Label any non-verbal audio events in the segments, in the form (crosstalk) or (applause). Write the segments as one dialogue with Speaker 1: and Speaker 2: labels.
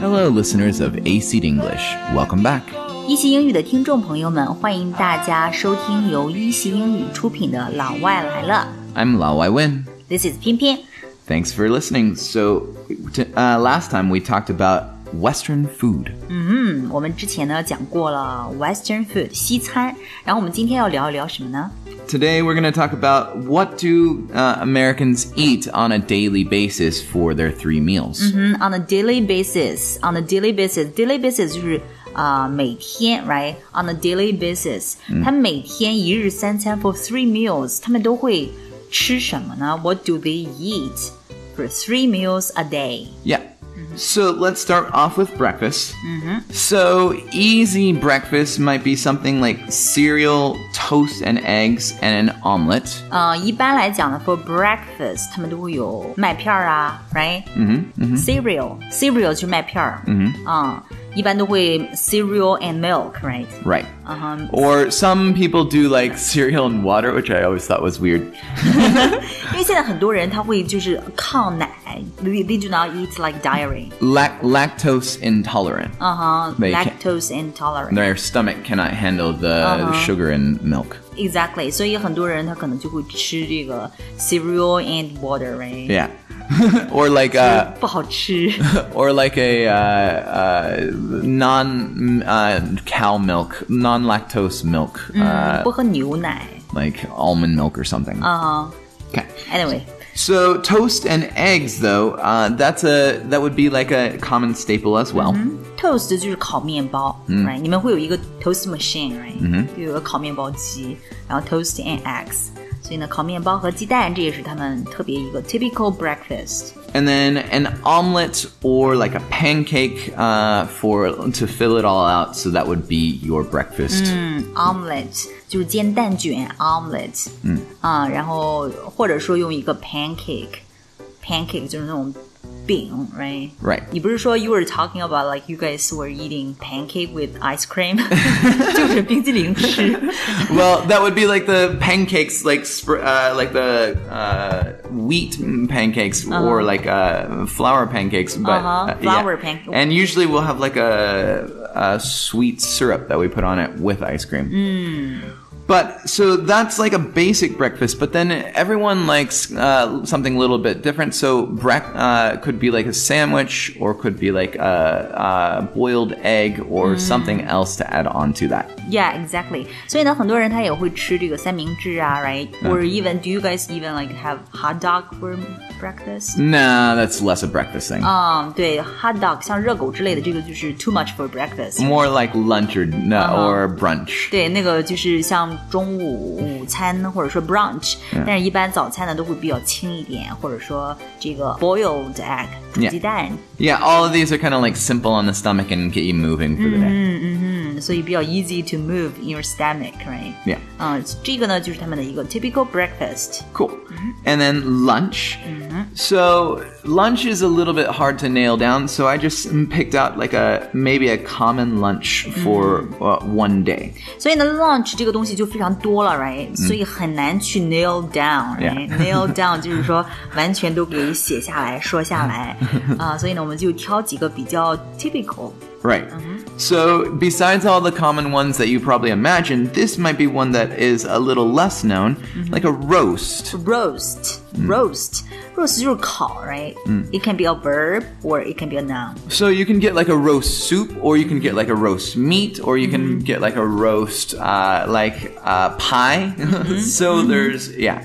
Speaker 1: Hello, listeners of A Seed English. Welcome back.
Speaker 2: 一席英语的听众朋友们，欢迎大家收听由一席英语出品的《老外来了
Speaker 1: I'm Lao Wai Wen.》
Speaker 2: ，This is 偏偏。
Speaker 1: Thanks for listening. So, t- uh, last time we talked about Western food.
Speaker 2: 嗯，我们之前呢讲过了 Western food 西餐，然后我们今天要聊一聊什么呢？
Speaker 1: Today we're going to talk about what do uh, Americans eat on a daily basis for their three meals.
Speaker 2: 嗯，on a daily basis，on a daily basis，daily basis 就是啊、呃每天，right？on a daily basis，、他们每天一日三餐 for three meals，他们都会吃什么呢？What do they eat for three meals a day？
Speaker 1: Yeah. So let's start off with breakfast. So easy breakfast might be something like cereal, toast and eggs, and an omelet.
Speaker 2: 呃，一般来讲呢，for breakfast 他们都会有麦片儿啊，right？嗯哼，cereal cereal 就是麦片儿，嗯啊，一般都会 cereal and milk，right？
Speaker 1: Right.
Speaker 2: 嗯哼，
Speaker 1: Or some people do like cereal and water, which I always thought was weird.
Speaker 2: 因为现在很多人他会就是抗奶，they they do not eat like dairy，
Speaker 1: Lac- lactose intolerant.
Speaker 2: 嗯哼
Speaker 1: They can't-
Speaker 2: ，lactose intolerant，exactly，
Speaker 1: Their stomach cannot handle the sugar in milk.
Speaker 2: 所以很多人他可能就会吃这个 cereal and water，right？
Speaker 1: Yeah. (laughs) or like a
Speaker 2: 不好 (laughs) 吃，
Speaker 1: or like a uh, uh, non uh, cow milk, non lactose milk, uh,
Speaker 2: 不喝牛奶
Speaker 1: like almond milk or something.
Speaker 2: 啊。
Speaker 1: Okay.
Speaker 2: Anyway，
Speaker 1: So toast and eggs, though, uh, that's a that would be like a common staple as well.
Speaker 2: Toast 就是烤面包、r i g h t 你们会有一个 toast machine，right？、就有个烤面包机，然后 toast and eggs。所以呢，烤面包和鸡蛋，这也是他们特别一个 typical breakfast。
Speaker 1: And then an omelet or like a pancake uh, for to fill it all out. So that would be your breakfast.
Speaker 2: omelet 就是煎蛋卷 omelet，嗯啊，然后或者说用一个 pancake，pancake 就是那种饼，right？
Speaker 1: Right.
Speaker 2: 你不是说 you were talking about like you guys were eating pancake with ice cream，就是冰激凌吃。
Speaker 1: Well, that would be like the pancakes, like spr- uh, like the uh, wheat pancakes or like uh, flour pancakes. But uh,
Speaker 2: Uh-huh,
Speaker 1: yeah.
Speaker 2: flour pancake.
Speaker 1: And usually we'll have like a, a sweet syrup that we put on it with ice cream.
Speaker 2: Hmm.
Speaker 1: But so that's like a basic breakfast. But then everyone likes uh, something a little bit different. So brec- uh, could be like a sandwich, or could be like a, a boiled egg, or
Speaker 2: Hmm.
Speaker 1: something else to add on to that.
Speaker 2: Yeah, exactly. 所以呢，很多人他也会吃这个三明治啊，right? Or even do you guys even like have hot dog for
Speaker 1: Mm.
Speaker 2: breakfast?
Speaker 1: Nah, that's less a breakfast thing.
Speaker 2: 嗯，对，hot dog 像热狗之类的，这个就是 too much for breakfast。
Speaker 1: More like lunch or no, or brunch.
Speaker 2: 对，那个就是像中午午餐或者说 brunch，但是一般早餐呢都会比较轻一点，或者说这个 boiled egg 煮
Speaker 1: Yeah.
Speaker 2: 鸡蛋，
Speaker 1: Yeah, all of these are kind of like simple on the stomach and get you moving for the day.
Speaker 2: 嗯，所以比较 easy to move in your stomach，right？
Speaker 1: Yeah.
Speaker 2: 嗯，这个呢就是他们的一个 typical breakfast。
Speaker 1: Cool. And then lunch. So lunch is a little bit hard to nail down. So I just picked out like a maybe a common lunch for uh, one day.
Speaker 2: 所以呢，lunch 这个东西就非常多了，right？、所以很难去 nail down，right？nail
Speaker 1: Yeah.
Speaker 2: down 就是说完全都给写下来、说下来啊、所以呢，我们就挑几个比较 typical。
Speaker 1: Right. So, besides all the common ones that you probably imagine, this might be one that is a little less known, like a roast.
Speaker 2: roast roast roast 就是烤，right？i t can be a verb or it can be a noun。
Speaker 1: So you can get like a roast soup, or you can get like a roast meat, or you
Speaker 2: Mm-hmm.
Speaker 1: can get like a roast uh, like uh, pie.
Speaker 2: Mm-hmm.
Speaker 1: (laughs) so there's yeah,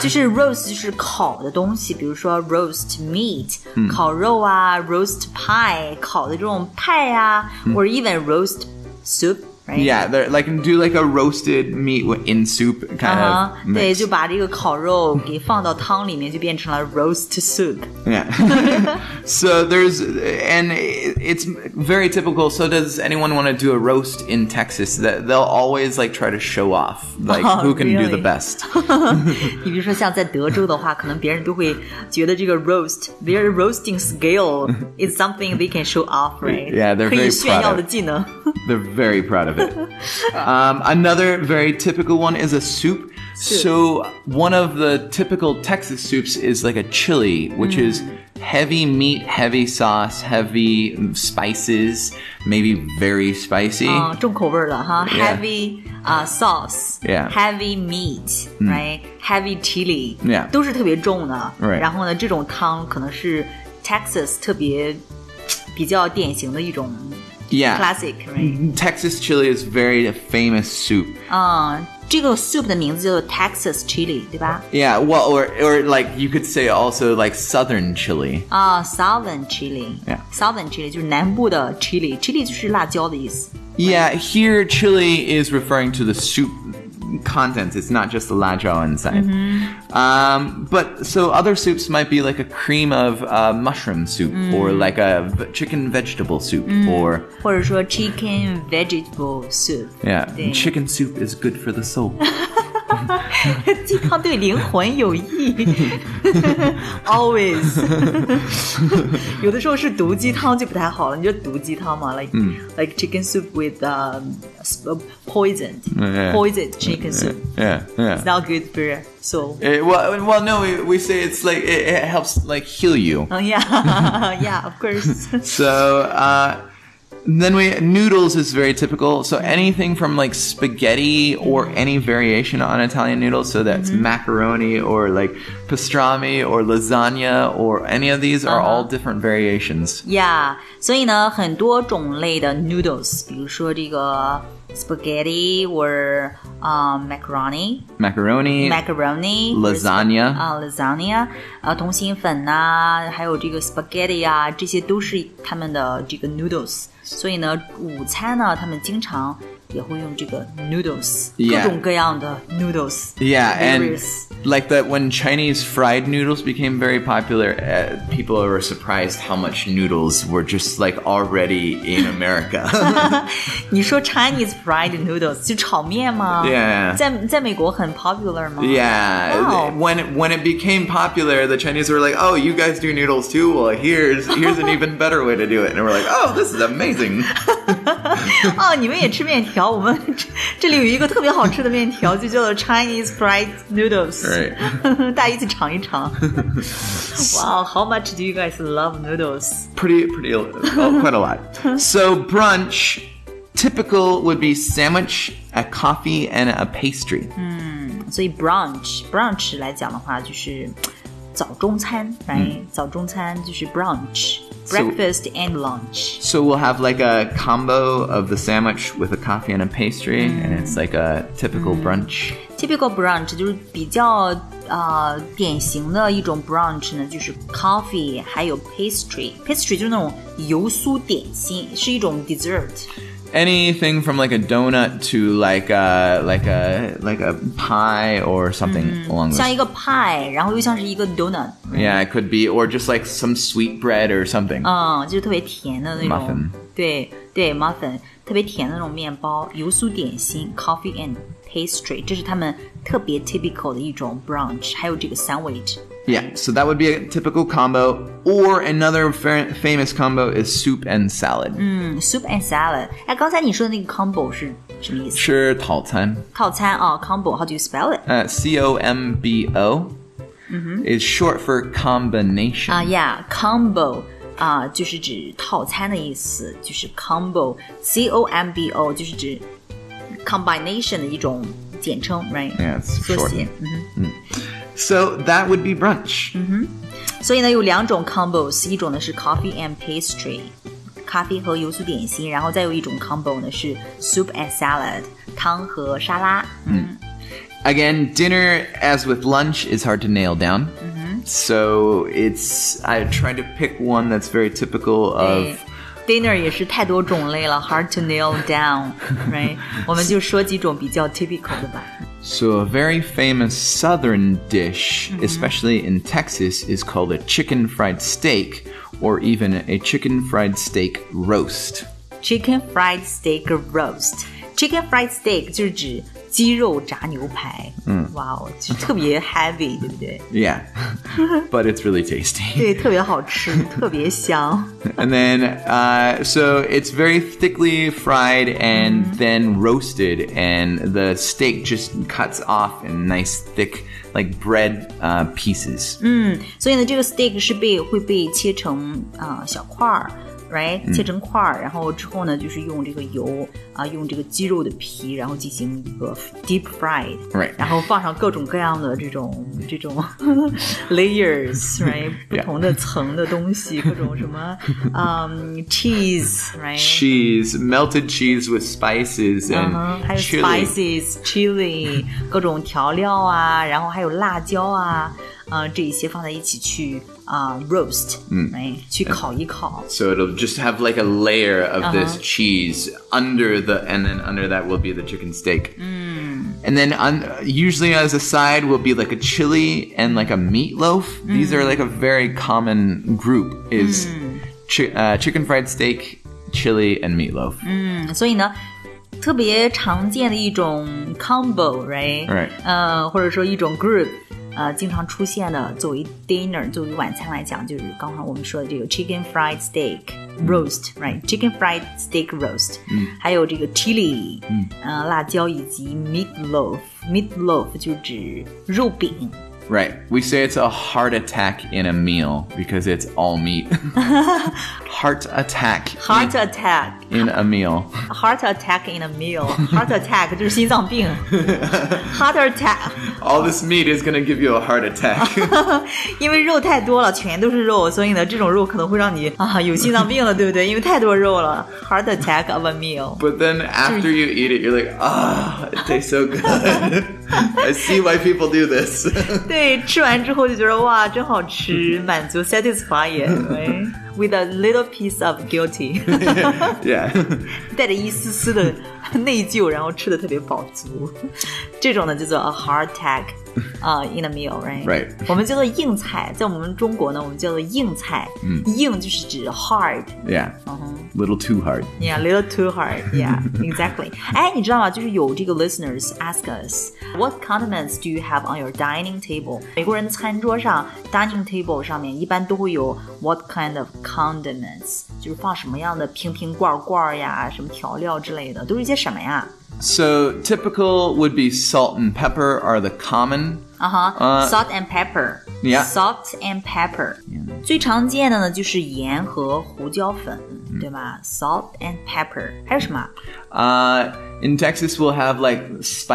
Speaker 2: 就是 roast 就是烤的东西，比如说 roast meat、烤肉啊，roast pie 烤的这种派啊、o r even roast soup。Right?
Speaker 1: yeah. They're, like do like a roasted meat wi- in soup kind
Speaker 2: 啊
Speaker 1: of
Speaker 2: 对，
Speaker 1: mix.
Speaker 2: 就把这个烤肉给放到汤里面，就变成了 roast soup。 (laughs)
Speaker 1: Yeah. so there's and it- it's very typical. So does anyone want to do a roast in Texas? That they'll always like try to show off, like
Speaker 2: (laughs) Oh,
Speaker 1: who can do the
Speaker 2: really?
Speaker 1: best.
Speaker 2: 你比如说像在德州的话，可能别人都会觉得这个 roast their
Speaker 1: (laughs)
Speaker 2: roasting skill is something they can show off, right?
Speaker 1: Yeah, they're
Speaker 2: 可以
Speaker 1: very
Speaker 2: 炫耀
Speaker 1: proud
Speaker 2: 的
Speaker 1: of it.
Speaker 2: 技能。
Speaker 1: (laughs) They're very proud of it. um, another very typical one is a soup. So one of the typical Texas soups is like a chili, which is heavy meat, heavy sauce, heavy spices, maybe very spicy.
Speaker 2: 啊，重口味儿了哈
Speaker 1: Yeah.
Speaker 2: ，heavy
Speaker 1: Yeah.
Speaker 2: 啊
Speaker 1: 嗯
Speaker 2: sauce，heavy meat，right，heavy chili，
Speaker 1: Yeah.
Speaker 2: 都是特别重的。
Speaker 1: Right.
Speaker 2: 然后呢，这种汤可能是 Texas 特别比较典型的一种
Speaker 1: yeah.
Speaker 2: classic，right？
Speaker 1: Texas chili is very famous soup.
Speaker 2: 啊，这个 soup 的名字叫做 Texas chili，对吧？
Speaker 1: Yeah, well, or or like you could say also like southern chili.
Speaker 2: 啊，southern chili。
Speaker 1: Yeah.
Speaker 2: Southern chili 就是南部的 chili，chili 就是辣椒的意思。
Speaker 1: Yeah, here chili is referring to the soup contents. It's not just the lajao inside.
Speaker 2: Mm-hmm.
Speaker 1: Um, but so other soups might be like a cream of uh, mushroom soup,
Speaker 2: Mm.
Speaker 1: or like a v- chicken vegetable soup, or
Speaker 2: 或者说 chicken vegetable soup， (laughs)
Speaker 1: yeah,
Speaker 2: Dang.
Speaker 1: chicken soup is good for the
Speaker 2: (laughs)
Speaker 1: soul.
Speaker 2: 鸡汤对灵魂有益 (laughs) ，always 。有的时候是毒鸡汤就不太好了，你觉得毒鸡汤嘛，like、like
Speaker 1: 嗯
Speaker 2: chicken soup with um, s- poisoned
Speaker 1: Yeah.
Speaker 2: poisoned chicken soup
Speaker 1: yeah, yeah.
Speaker 2: is not good for soul。
Speaker 1: Eh, well, well, no, we, we say it's like it, it helps like heal you.
Speaker 2: 嗯 (laughs) 呀呀，of course， (laughs)
Speaker 1: So uh, then we noodles is very typical. So anything from like spaghetti or any variation on Italian noodles. So that's macaroni or like pastrami or lasagna or any of these are all different variations.
Speaker 2: 呀所以呢，很多种类的 noodles，比如说这个 spaghetti or 啊、macaroni。
Speaker 1: Macaroni,
Speaker 2: macaroni、
Speaker 1: 嗯 lasagna.
Speaker 2: 啊，lasagna 啊，通心粉呐、还有这个 spaghetti 啊，这些都是他们的这个 noodles。所以呢，午餐呢，他们经常也会用这个 noodles，
Speaker 1: Yeah.
Speaker 2: 各种各样的 noodles。
Speaker 1: Yeah, and
Speaker 2: various
Speaker 1: like that when Chinese fried noodles became very popular, uh, people were surprised how much noodles were just like already in America.
Speaker 2: 你说 Chinese fried noodles 就炒面吗
Speaker 1: Yeah.
Speaker 2: 在在美国很 popular 吗
Speaker 1: Yeah,
Speaker 2: Wow.
Speaker 1: when it, when it became popular, the Chinese were like, "Oh, you guys do noodles too? Well, here's here's an even better way to do it." And we're like, "Oh, this is amazing!"
Speaker 2: 哦，你们也吃面条？我们 (laughs) 这这里有一个特别好吃的面条，就叫做 Chinese fried noodles，大
Speaker 1: 哎
Speaker 2: (laughs) 家一起尝一尝。 (laughs) 哇、wow,，How much do you guys love noodles？
Speaker 1: Pretty pretty oh, quite a lot. So brunch, typical would be sandwich, a coffee, and a pastry.
Speaker 2: 所以 brunch brunch 来讲的话，就是早中餐，来、早中餐就是 brunch。
Speaker 1: So-
Speaker 2: Breakfast and lunch，
Speaker 1: So we'll have like a combo of the sandwich with a coffee and a pastry, and it's like a typical brunch.
Speaker 2: typical brunch 就是比较呃典型的一种 brunch 呢，就是 coffee 还有 pastry。pastry 就是那种油酥点心，是一种 dessert。
Speaker 1: anything from like a donut to like a like a like a pie or something along those.
Speaker 2: 像一个 pie，然后又像是一个 donut，
Speaker 1: 嗯 yeah, it could be or just like some sweet bread or something.
Speaker 2: 嗯，就是特别甜的那种
Speaker 1: Muffin
Speaker 2: 对对 muffin，特别甜的那种面包，油酥点心 coffee and pastry，这是他们特别 typical 的一种 brunch，还有这个 sandwich。
Speaker 1: yeah, so that would be a typical combo or another fa- famous combo is soup and salad.
Speaker 2: 嗯，soup and salad。哎，刚才你说的那个 combo 是什么意思？
Speaker 1: Sure, taotan.
Speaker 2: 套餐啊，combo，how do you spell it？
Speaker 1: Uh, C O M B O is short for combination.
Speaker 2: 啊呀，combo 啊，就是指套餐的意思，就是 combo，c o m b o，就是指 combination 的一种简称，right？
Speaker 1: Yeah, it's
Speaker 2: 缩
Speaker 1: short.
Speaker 2: 写。嗯
Speaker 1: So that would be brunch.
Speaker 2: 所以呢，有两种 combos，一种呢是 coffee and pastry，咖啡和油酥点心，然后再有一种 combo 呢是 soup and salad，汤和沙拉。嗯
Speaker 1: Again, dinner, as with lunch, is hard to nail down. So it's I tried to pick one that's very typical of
Speaker 2: 对 Dinner 也是太多种类了，hard to nail down，right？我们就说几种比较 typical 的吧。
Speaker 1: so a very famous southern dish, especially in Texas, is called a chicken fried steak or even a chicken fried steak roast.
Speaker 2: Chicken fried steak roast。Chicken fried steak 就是指鸡肉炸牛排，嗯，哇哦，就特别 heavy，对不对？
Speaker 1: Yeah, but it's really tasty.
Speaker 2: 对，特别好吃，特别香。
Speaker 1: (laughs) And then, uh, so it's very thickly fried and then roasted, and the steak just cuts off in nice thick, like bread uh, pieces.
Speaker 2: 所以呢，这个 steak 是被会被切成啊、呃小块儿，right？切
Speaker 1: 嗯
Speaker 2: 成块儿，然后之后呢，就是用这个油啊、用这个鸡肉的皮，然后进行一个 deep fried，、
Speaker 1: Right
Speaker 2: 然后放上各种各样的这种这种 (laughs)
Speaker 1: (laughs)
Speaker 2: layers，right？不
Speaker 1: Yeah
Speaker 2: 同的层的东西，各种什么，嗯、c h e e s e r i g h t
Speaker 1: Cheese, melted cheese with spices
Speaker 2: 嗯
Speaker 1: and
Speaker 2: 哼，还有
Speaker 1: chili.
Speaker 2: spices、chili (laughs) 各种调料啊，然后还有辣椒啊，啊这一些放在一起去啊、roast，嗯，哎，去烤一烤。
Speaker 1: So it'll just have like a layer of this cheese under the, and then under that will be the chicken steak. And then on, usually as a side will be like a chili and like a meatloaf. These are like a very common group is chi- uh, chicken fried steak, chili, and meatloaf.
Speaker 2: 所以呢，特别常见的一种 combo，right？
Speaker 1: Right
Speaker 2: 呃，或者说一种 group，呃，经常出现的，作为 dinner，作为晚餐来讲，就是刚才我们说的这个 chicken fried steak roast，right？chicken fried steak roast，嗯，还有这个 chili，嗯，呃，辣椒以及 meatloaf，meatloaf 就指肉饼。
Speaker 1: Right. We say it's a heart attack in a meal because it's all meat. heart attack.
Speaker 2: Heart attack，heart
Speaker 1: in a meal.
Speaker 2: attack in a meal，heart attack 就是心脏 (laughs) 病，heart attack。
Speaker 1: All this meat is going to give you a heart attack.
Speaker 2: (laughs) 因为肉太多了，全都是肉，所以呢，这种肉可能会让你啊有心脏病了，对不对？因为太多肉了，heart attack of a meal。
Speaker 1: But then after you eat it, you're like, ah, it tastes so good. I see why people do this.
Speaker 2: 对，吃完之后就觉得哇，真好吃，满足 satisfied，喂 with a little piece of guilty， (laughs)
Speaker 1: yeah.
Speaker 2: 带着一丝丝的内疚，然后吃的特别饱足，这种呢叫做 a heart attack。啊、i n a meal，right？
Speaker 1: Right
Speaker 2: 我们叫做硬菜，在我们中国呢，我们叫做硬菜。嗯，硬就是指 hard，嗯
Speaker 1: Yeah. Little too hard.
Speaker 2: Yeah, a little too hard.
Speaker 1: (laughs)
Speaker 2: Yeah, exactly. 哎，你知道吗？就是有这个 listeners ask us, what condiments do you have on your dining table? 美国人的餐桌上 dining table 上面一般都会有 what kind of condiments，就是放什么样的瓶瓶罐罐呀，什么调料之类的，都是一些什么呀？
Speaker 1: So typical would be salt and pepper are the common.
Speaker 2: 啊哈、
Speaker 1: 呃
Speaker 2: s a l t and pepper.
Speaker 1: Yeah.
Speaker 2: Salt and pepper. 最常见的呢就是盐和胡椒粉，
Speaker 1: 嗯
Speaker 2: 对吧？Salt and pepper. 还有什么？
Speaker 1: Uh, in Texas, we'll have like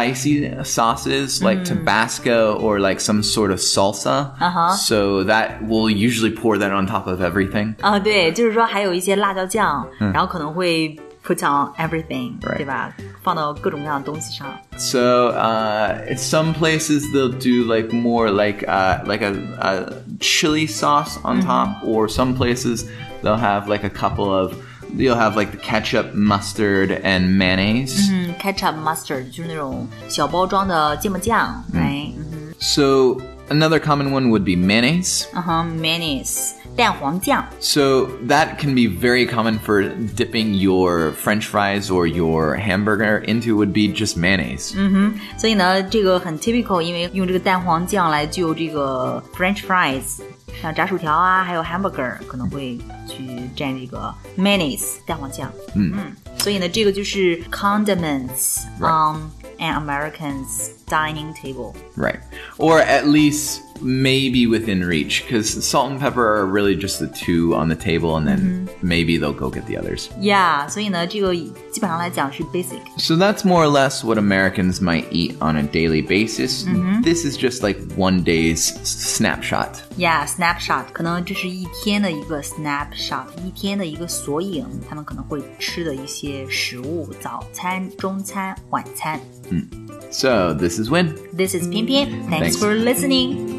Speaker 1: spicy sauces like Tabasco or like some sort of salsa.
Speaker 2: Uh-huh.
Speaker 1: So that we'll usually pour that on top of everything.
Speaker 2: 啊，对，就是说还有一些辣椒酱，然后可能会 put on everything，、
Speaker 1: Right
Speaker 2: 对吧？放到各种各样的东西上。
Speaker 1: So uh, some places they'll do like more like uh, like a, a chili sauce on top, or some places they'll have like a couple of you'll have like the ketchup, mustard, and mayonnaise.
Speaker 2: 嗯，ketchup mustard 就是那种小包装的芥末酱，哎、嗯，
Speaker 1: So another common one would be mayonnaise.
Speaker 2: 嗯哼，mayonnaise 蛋黄酱，
Speaker 1: So that can be very common for dipping your French fries or your hamburger into would be just mayonnaise.
Speaker 2: 所以呢，这个很 typical，因为用这个蛋黄酱来就这个 French fries，像炸薯条啊，还有 hamburger 可能会去蘸这个 mayonnaise 蛋黄酱。嗯所以呢，这个就是 condiments
Speaker 1: Right.
Speaker 2: on an American's dining table。
Speaker 1: Right. Or at least maybe within reach, because salt and pepper are really just the two on the table, and then maybe they'll go get the others.
Speaker 2: Yeah，所以呢，这个基本上来讲是 basic。
Speaker 1: So that's more or less what Americans might eat on a daily basis. This is just like one day's s- snapshot.
Speaker 2: Yeah，snapshot，可能这是一天的一个 snapshot，一天的一个索引，他们可能会吃的一些食物，早餐、中餐、晚餐。
Speaker 1: So this is Win.
Speaker 2: This is 偏偏
Speaker 1: Thanks.
Speaker 2: ，Thanks for listening。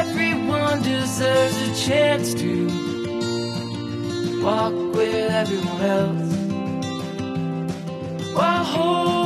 Speaker 3: Everyone deserves a chance to walk with everyone else while holding.